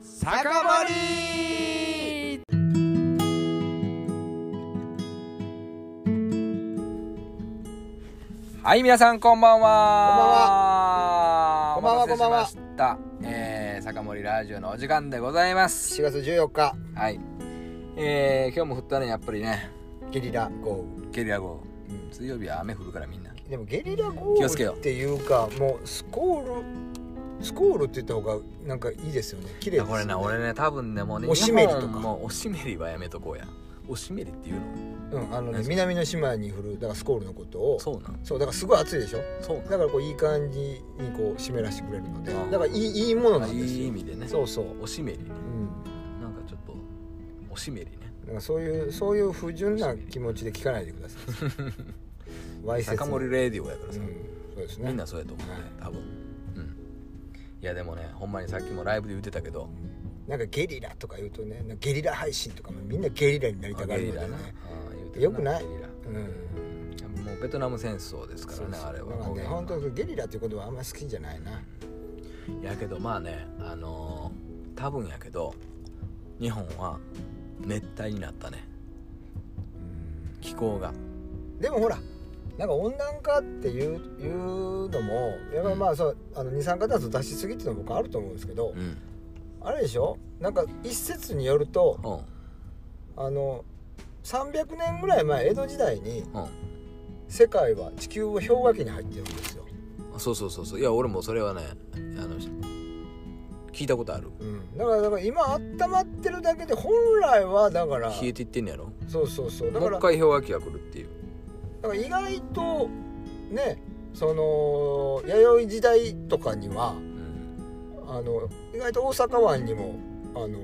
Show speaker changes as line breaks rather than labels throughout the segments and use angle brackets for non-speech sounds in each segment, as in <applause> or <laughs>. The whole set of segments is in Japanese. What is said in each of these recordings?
酒盛りはい、皆さんこんばんは。
こんばんは
お待たせ
こんばんは
しました。えー、酒盛りラジオのお時間でございます。
4月14日
はい。えー、今日も降ったね、やっぱりね。
ゲリラ豪
ゲリラ豪雨。うん水曜日は雨降るからみんな。
雨でもゲリラ豪
気をつけよ
雨っていうかもうスコールスコールって言った方がなんかいいですよね綺麗です
これな、俺ね、多分ね、もうね、
おしめりとか
日本もうおしめりはやめとこうや。おしめりっていうの
うんあのね南の島に降るだからスコールのことを
そうなん
そうだからすごい暑いでしょ
そうなん
だからこういい感じにこう湿らしてくれるので
ああ
だからいいいいものなんですよ
いい意味でね
そうそう
おしめりね
うん
なんかちょっとおしめりね
なんかそういうそういう不純な気持ちで聞かないでくださ
<laughs>
いわいせつ
酒
な
盛りレディオやから
う
さ、
んそうですね
みんなそうやと思うね多分うんいやでもねほんまにさっきもライブで言ってたけど
なんかゲリラとか言うとねなんかゲリラ配信とかもみんなゲリラになりたがるのでね
なあー言うて
よくない
ゲリラ
うん
もうベトナム戦争ですからね
そうそう
あれ
だ
は
からね本当ゲリラっていう言葉あんまり好きじゃないな
やけどまあねあのー多分やけど日本は熱帯になったね気候が
でもほらなんか温暖化っていういうのもやっぱりまあそうあの二酸化炭素出しすぎっていうのも僕あると思うんですけど、
うんうん
あれでしょなんか一説によるとあの300年ぐらい前江戸時代に
うん
世界は地球は氷河期に入ってるんですよ、
そうそうそうそういや俺もそれはねあの聞いたことある
うん、だからだから今温まってるだけで本来はだから
冷えていってんねやろ
そうそうそうだ
もう一
から
回氷河期が来るっていう
だから意外とねその弥生時代とかには
うん
あの意外と大阪湾にもあの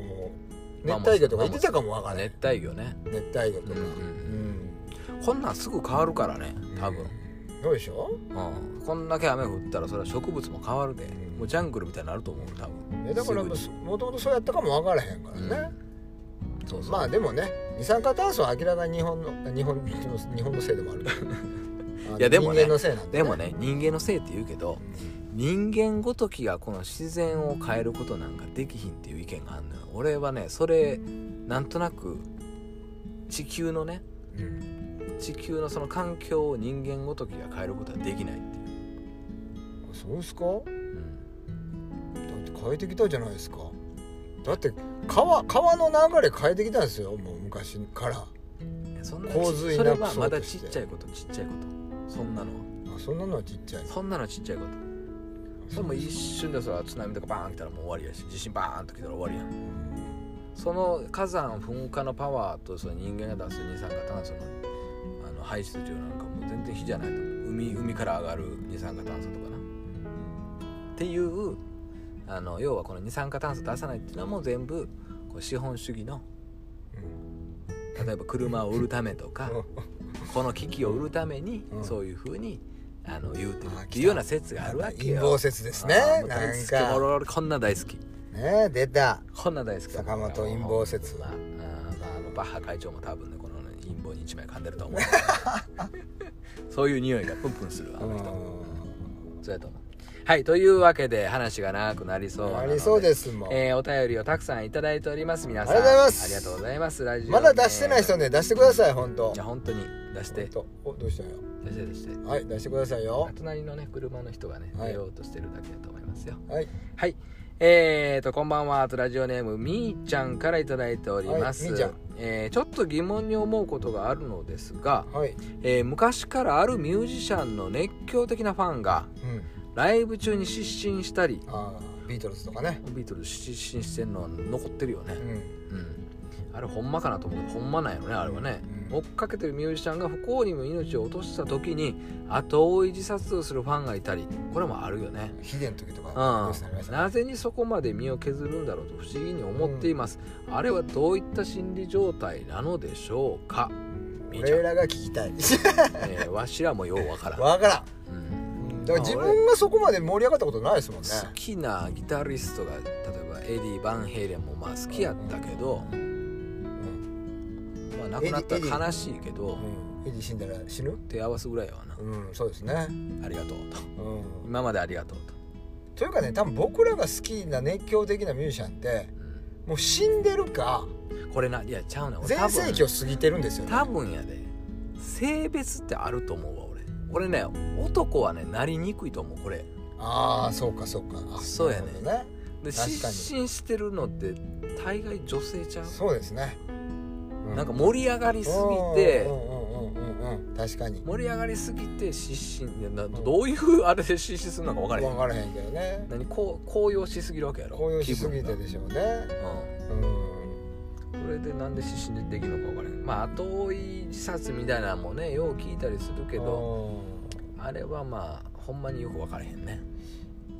まあ
熱帯魚とかいてたかもわからない、
熱帯魚ね
熱帯魚とか、
う
うんん
こんなんすぐ変わるからね多分、
どうでしょ
うん、こんだけ雨降ったらそれは植物も変わるで
ん
もうジャングルみたいになると思う多分
うえだからも
す
ともとそうやったかもわからへんからね、
そうそう
まあでもね二酸化炭素は明らかに日本のあ日本の日本のせいでもあるけどあ
<laughs>
の
いやでもね
人間のせいなんで
でもね人間のせいって言うけど
うん
人間ごときがこの自然を変えることなんかできひんっていう意見があんのよ俺はねそれなんとなく地球のね
うん
地球のその環境を人間ごときが変えることはできないってい
そうですかだ
う、
って変えてきたじゃないですかだって川川の流れ変えてきたんですよもう昔から
うんいやそんな
洪水
それ
な
は
くそ
ま
うと
だち
して
っちゃいことちっちゃいことそんなのは
あそんなのはちっちゃい
そんなのはちっちゃいことそれも一瞬でそれは津波とかバーン来たらもう終わりやし地震バーンと来たら終わりやんその火山噴火のパワーとその人間が出す二酸化炭素のあの排出量なんかもう全然比じゃないと海海から上がる二酸化炭素とかな。っていうあの要はこの二酸化炭素出さないっていうのはもう全部こう資本主義の例えば車を売るためと
<laughs>
かこの機器を売るために
うん
そういうふうにあの言うてる
あ
っていうような説があるわけ
陰
よ。
謀説ですね
あーもう
な
大
ん
好き
か
俺俺こんな大好き
ね出た
こんな大好き
坂本陰謀説
まあ、うんまああのバッハ会長も多分ねこのね陰謀に一枚噛んでると
<laughs>
思うそういう匂いがプンプンするあの人そうやと思うはいというわけで話が長くなりそうな
あ
の
りそうですもん
えーお便りをたくさんいただいております皆さん
ありがとうございます
ありがとうございますラジオ
まだ出してない人
ね
ね出してください本当
いや本当に出して
とおどうしたよ
出して出して
はい出してくださいよ
隣のね車の人がね
はい
出ようとしてるだけだと思いますよ
はい
はい。えーと、こんばんは。あとラジオネーム、みーちゃんからいただいております。
はいみーちゃん
えーちょっと疑問に思うことがあるのですが、
はい
えー昔からあるミュージシャンの熱狂的なファンが、
うん
ライブ中に失神したり、
あービートルズとかね
ビートルズ失神してんのは残ってるよね
う。ん
うん。あれ、ほんまかなと思うけど、ほんまなんやろね、あれはね。追っかけてるミュージシャンが不幸にも命を落とした時に後追い自殺をするファンがいたりこれもあるよね
ヒデの時とかどうしたの皆
うん、
さん
なぜにそこまで身を削るんだろうと不思議に思っています、あれはどういった心理状態なのでしょうか、みーちゃん
俺らが聞きたい
えーわしらもようわからん、
わからん
うん
だから自分がそこまで盛り上がったことないですもんね
好きなギタリストが例えばエディ・バンヘイレンもまあ好きやったけど、まあ、亡くなった
エディエデ
ら
ィ
悲しいけど
エディ死んだら死ぬ
手合わすぐらいはな、
うんそうですね
ありがとうと
うん
今までありがとうと、
というかね多分僕らが好きな熱狂的なミュージシャンって
うん
もう死んでるか
これないやちゃうねん俺
全盛期
多
を過ぎてるんですよ
分
ね
多分やで性別ってあると思うわ俺俺ね男はねなりにくいと思うこれ
ああそうかそうかあ
そうやね
なるほどね
で
確かに
失神してるのって大概女性ちゃう、
そうですね、う
なんか盛り上がりすぎ
う
て
んうんうんうんうん確かに
盛り上がりすぎて失神いやなどういうあれで失神するのか分からへん
分からへんけどね
何こう高揚しすぎるわけやろ
紅葉しすぎ
気分
て
が
でしょうねうん
うん、それでなんで失神でできるのか分からへんまあ後追い自殺みたいなのもねよう聞いたりするけどあれはまあほんまによく分からへんね
うん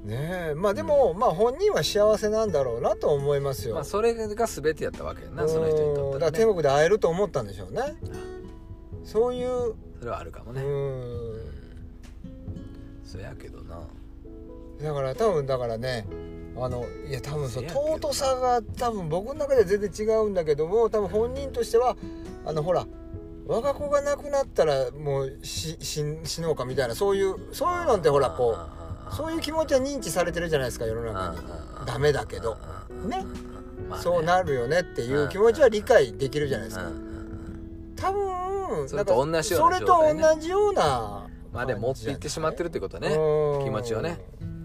ねえまあでも、まあ本人は幸せなんだろうなと思いますよ、
まあそれが全てやったわけやなその人にと
うん
っ
だか
た
ら
ら、
天
ね、
国で会えると思ったんでしょうねそういう
それはあるかも
う
ね、
ん
そやけどな
だから多分だからねあのいや多分そう
せやけどな
尊さが多分僕の中では全然違うんだけども多分本人としてはあのほら我が子が亡くなったらもうし死ん死のうかみたいなそういうそういうのってほらこうそういう気持ちは認知されてるじゃないですか世の中にダメだけどねそう
る
なるよねっていう気持ちは理解できるじゃない
で
ですす
か
か多分
それと同じような
そ
状
れと
態ね
同じような
まあでも持っていってしまってるってことね
うん
気持ちをね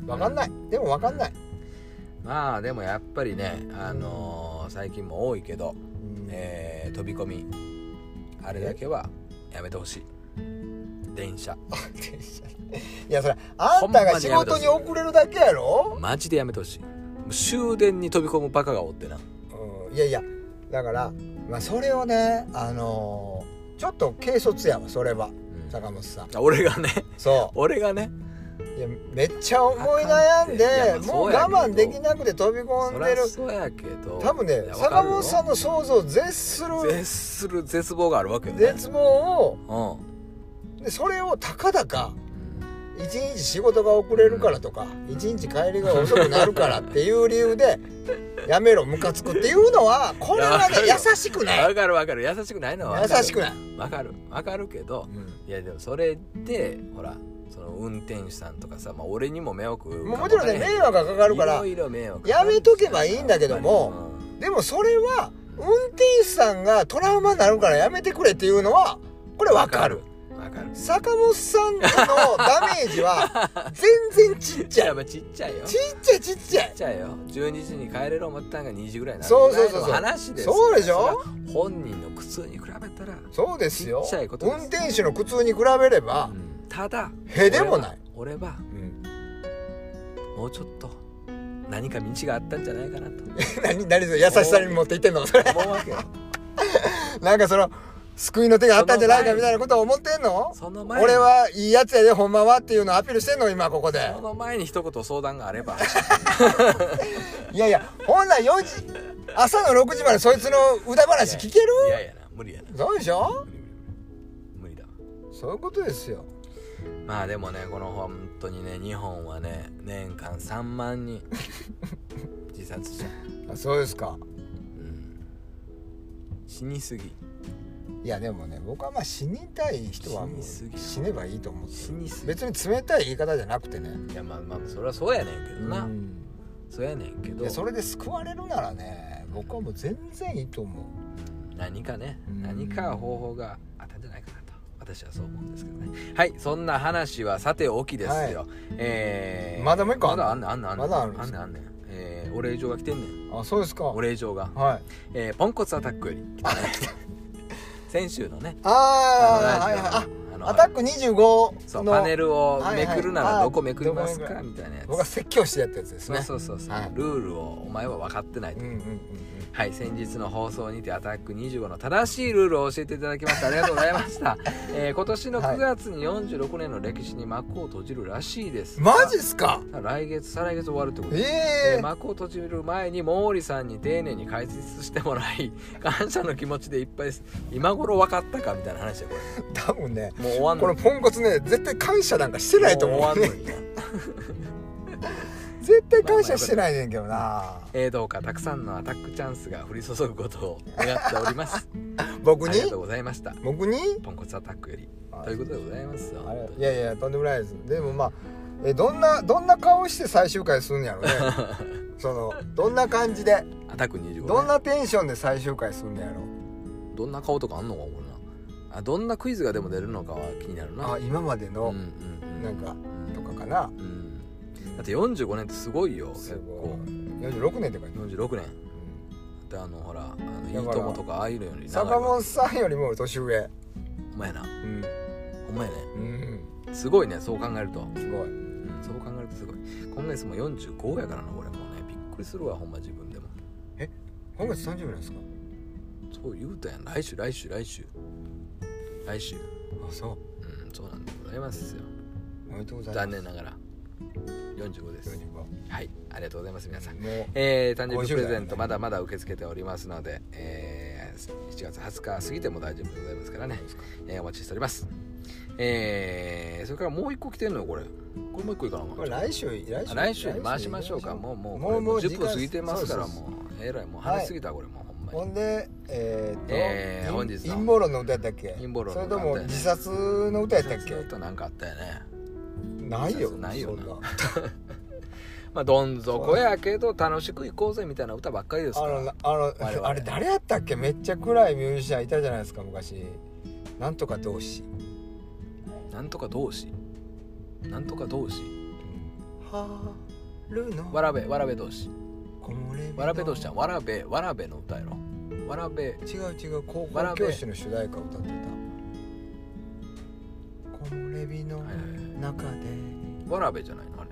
わかんないでもわかんない
まあでもやっぱりねあのー最近も多いけどえー飛び込みあれだけはやめてほしい電車
<laughs> いやそれあんたが仕事に遅れるだけやろ、
マジでやめてほしい終電に飛び込むバカがおってな
うん、いやいやだから、まあ、それをねあのーちょっと軽率やわそれは
うん
坂本さん
俺がね <laughs>
そ
俺がね
ういやめっちゃ思い悩んで
あかんっていやまあ
も
そうや
う我
けど
慢できなくて飛び
そ
込ん
り
で
ゃ
る
そうやけど
多分ね
いやわか
坂
るよ
本さんの想像を絶する
絶する絶望があるわけよね
絶望を
うん
でそれをたかだか一日仕事が遅れるからとか一日帰りが遅くなるからっていう理由でやめろムカつくっていうのはこれはね
いやわかるよ
優しくない
わかるわかる優しくないのはわかる
優しくない、
わかるわかるけどいやでもそれでほらその運転手さんとかさ、まあ、俺にも迷惑か
もうも
か
ちろん
らへ
ね迷惑がかかるから
いろいろ迷惑
やめとけばいいんだけども、でもそれは運転手さんがトラウマになるからやめてくれっていうのはこれわかる
わかる
坂本さんのダメージは全然ち
<laughs>
っ
い
ちゃ
や
い
まあちっちゃいよち
ち
っ
っちゃいちっちゃい
ちゃいよ12時に帰れる思ったんが2時ぐらいになる
そうそうそうそう
ぐらいの話です
そうでしょ
それは本人の苦痛に比べたら、
そうですよ
ちっちゃいことです
運転手の苦痛に比べれば
う、んただ
へでもない
俺は
うん
俺はもうちょっと何か道があったんじゃないかなと
<laughs> 何何それ優しさに持っていってんの <laughs> それ
思うわけよ
なんかその救いの手があったんじゃないかみたいなことを思ってんの
その前に
俺はいいやつやでほんまはっていうのをアピールしてんの今ここで
その前に一言相談があれば
いやいや本来4時朝の6時までそいつの歌話聞ける
いやいやな無理やな
そうでしょ
無理だ
そういうことですよ
まあでもねこの本当にね日本はね年間3万
<laughs>
人自殺者、
あそうですか
うん、死にすぎ
いやでもね僕はまあ死にたい人はも
死に
う
すぎ
死ねばいいと思って
死
る
にす
別に冷たい言い方じゃなくてね
ぎいやまあまあそれはそうやねんけどな、
うん
そうやねんけど
でそれで救われるならね僕はもう全然いいと思う
何かね
うん
何か方法があったんじゃないかなと私はそう思うんですけどねはいそんな話はさておきですよ、えー、
まだもう一個あ
ま
んの
だあんねんあんねんあんねん
まだあるんで
あん
す
ねんあんねんえーお礼状が来てんねん
あそうですか
お礼状が、
はい
えーポンコツアタックより来たね先週のね
ああはいはいあ
あの
アタック25
そう
の
パネルを
はい
め
はい
くるならどこめくります
あー
か
ど
みたいなやつ
僕が説教してやったやつです
そう
ね
そうそうそう、
はい
ルールをお前は分かってないと、
うんうんうんうん
はい先日の放送にてアタック25の正しいルールを教えていただきましてありがとうございま
<laughs>
した、えー今年の
はい
9月に46年の歴史に幕を閉じるらしいです
マジっすか
来月再来月終わるってことですえ
ええ
ー幕を閉じる前に毛利さんに丁寧に解説してもらい <laughs> 感謝の気持ちでいっぱいです今頃分かったかみたいな話だよこ
多分ね
れもう終わん
こ
の
の
に
ポンコツね絶対感謝なんかしてないと
もう
思う
終わんの
ね
にな
<laughs> 絶対感謝してないねんけどな
えー、どうかたくさんのアタックチャンスが降り注ぐことを願っております
<laughs> 僕
あ
に
りがとうございました
僕に
ポンコツアタックより
あ
ということでございます
あれ
本当
い
に
やいやとんでもないですでもまあえどんなどんな顔して最終回する
<laughs>
んやろねそのどんな感じで
アタック25、ね、
どんなテンションで最終回するんやろ
どんな顔とかあんのかこれなあどんなクイズがでも出るのかは気になるな
あ今まで
うんう
の
ん
なんか
うん
とかかな
うんだって45年ってすごいよ
す
結
ご
構
い46年って書いてある
46年であのほら「あのいい
だ
と
から
も」とかああいうのより長い
坂本さんよりも年上
ほんまやな
うん
ほんまやね
うん
すごいねそう考えると、
すごい
うんそう考えるとすごい今月も45やからな俺もうねびっくりするわほんま自分でも
今月誕生日なんですか
そう言うたやん来週来週来週来週
あそう
うんそうなんでございますよ
おめでとうございます
残念ながら45ですはいありがとうございます皆さん
も
えー、誕生日
50
プレゼン
だよね
トまだまだ受け付けておりますので、えー、7月20日過ぎても大丈夫でございますからね、えー、お待ちしておりますえー、それからもう一個来てんのよこれこれもう一個いかなあ
う
かん
これ来週来
あ来週に回しましょうかもうもうこれもう10分過ぎてますからもうえらいもう話しすぎたこれもうほんま
ほ
に
んでえーと、
えー
陰
本日の
陰謀論の歌やったっけ
陰謀論
そ
の歌や
れと
ったよ
も
ね
自殺の歌やったっ
ずっ
け
となんかあったよね
ないよ
自殺ないよな
そんな
まあどん底やけど楽しく行こうぜみたいな歌ばっかりですか
あ
ら
のなあの
我々
<laughs> あれ誰やったっけめっちゃ暗いミュージシャンいたじゃないですか昔なんとか同士
なんとか同士なんとか同士
春の
わらべわらべ同士
木漏れ日の
わらべ同士ちゃんわらべわらべの歌やろわらべ
違う違う高
わら
校
べ
教師の主題歌を歌ってた木漏れ日の
はいはいはい
中で
わらべじゃないのあれ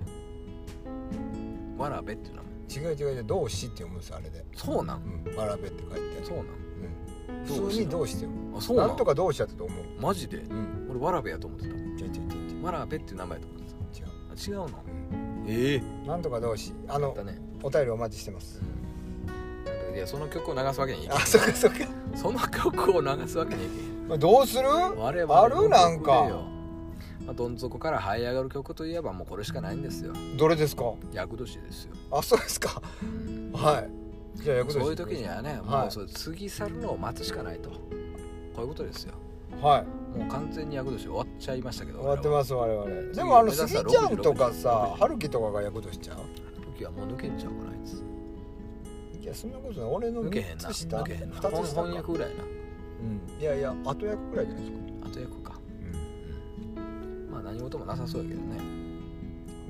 わらべっていう名前
違う違う違う同士って読むんですあれで
そうなん
うんわらべって書いて
そうなん
うん
同士の
普通に同士って読む
あそうな
なんんとか同士だったと思う
マジで
うん
俺わらべやと思ってた
違う違う違う違う
わらべっていう名前やと思って
違う
たあ違うのええ
うんなんとか同士あの
だね
お便りお待ちしてます
いやその曲を流すわけにはいけ
あ
ん
そっかそっか
その曲を流すわけにはいけん
どうする
我々
あるな
の曲
ん
で
か
よまあ、どん底から這い上がる曲といえばもうこれしかないんですよ
どれですか
厄年ですよ、
あそうですか
うん
はいじゃあ役
そういう時にはね、
はい
もうそれ過ぎ去るのを待つしかないとこういうことですよ
はい
もう完全に厄年終わっちゃいましたけど
終わってます我々でもあのスギちゃんとかさ春樹とかが役としちゃう
す時はもう抜けんちゃうかなあいつ
いやそんなことない俺の
抜けへ
3
んな
つ下
抜けへん
2
な
つ
翻
下か
翻訳ぐらいな
うんいやいや後役ぐらいじゃないですか
後役か、うん、まあ何事もなさそうやけどね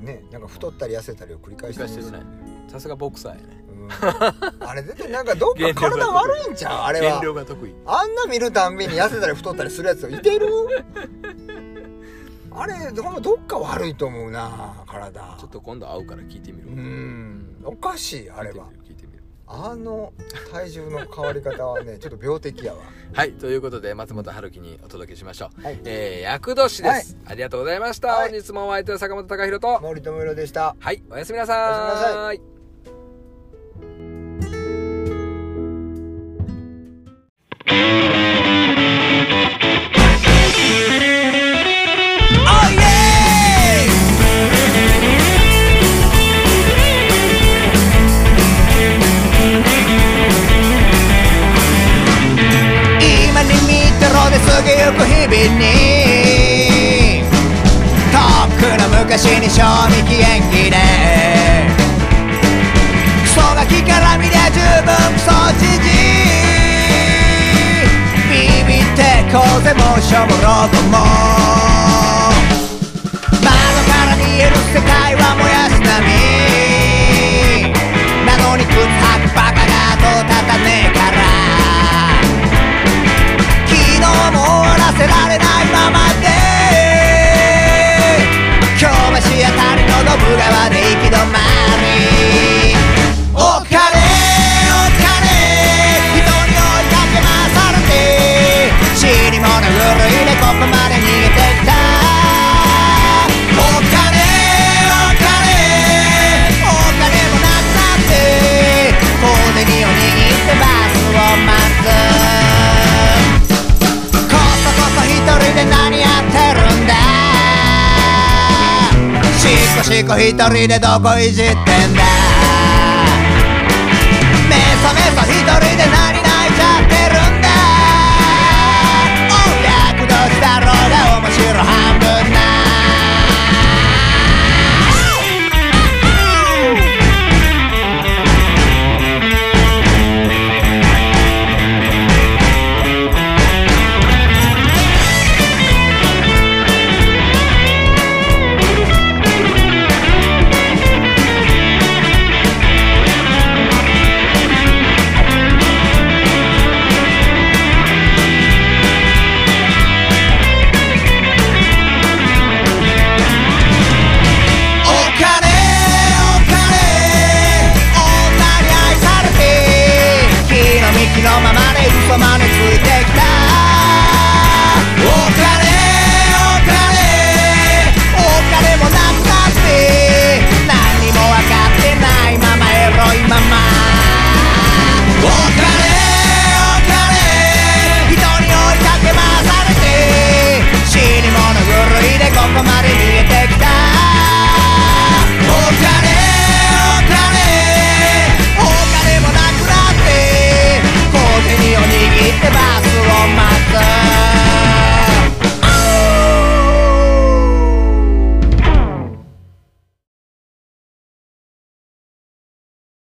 ねなんか太ったり痩せたりを繰り返してます
繰り返してさすがボクサーやね
うんあれ出てなん
<laughs>
かどっか体悪いんちゃうあれは
減量が得意
あんな見るたんびに痩せたり太ったりするやつい
<laughs>
てるあれほんまどっか悪いと思うな体
ちょっと今度会うから聞いてみる
うんおかしいあれは
聞いてみる
あの体重の変わり方はねちょっと病的やわ
はいということで松本春樹にお届けしましょう、
はい
えー、厄年です、ありがとうございました、
はい
本日もお相手は坂本貴弘と
森友宏でした
はいおやすみなさー
おやすみなさ
い
今に見てろで過ぎゆく日々にとっくの昔に賞味期限切れクソガキから見りゃ十分クソじじいビビってこうぜもうしょぼろども窓から見える世界は燃やす波なのに靴履くバカがと立たねえから昨日も終わらせられないままで京橋あたりの信川で行き止まりお金お金人に追いかけ回されて死に物狂いでここまで逃げてきたお金お金お金もなくなって小銭を握ってバスを待つこそこそ一人で何やってるんだしこしこ一人でどこいじってんだめそめそ一人で何や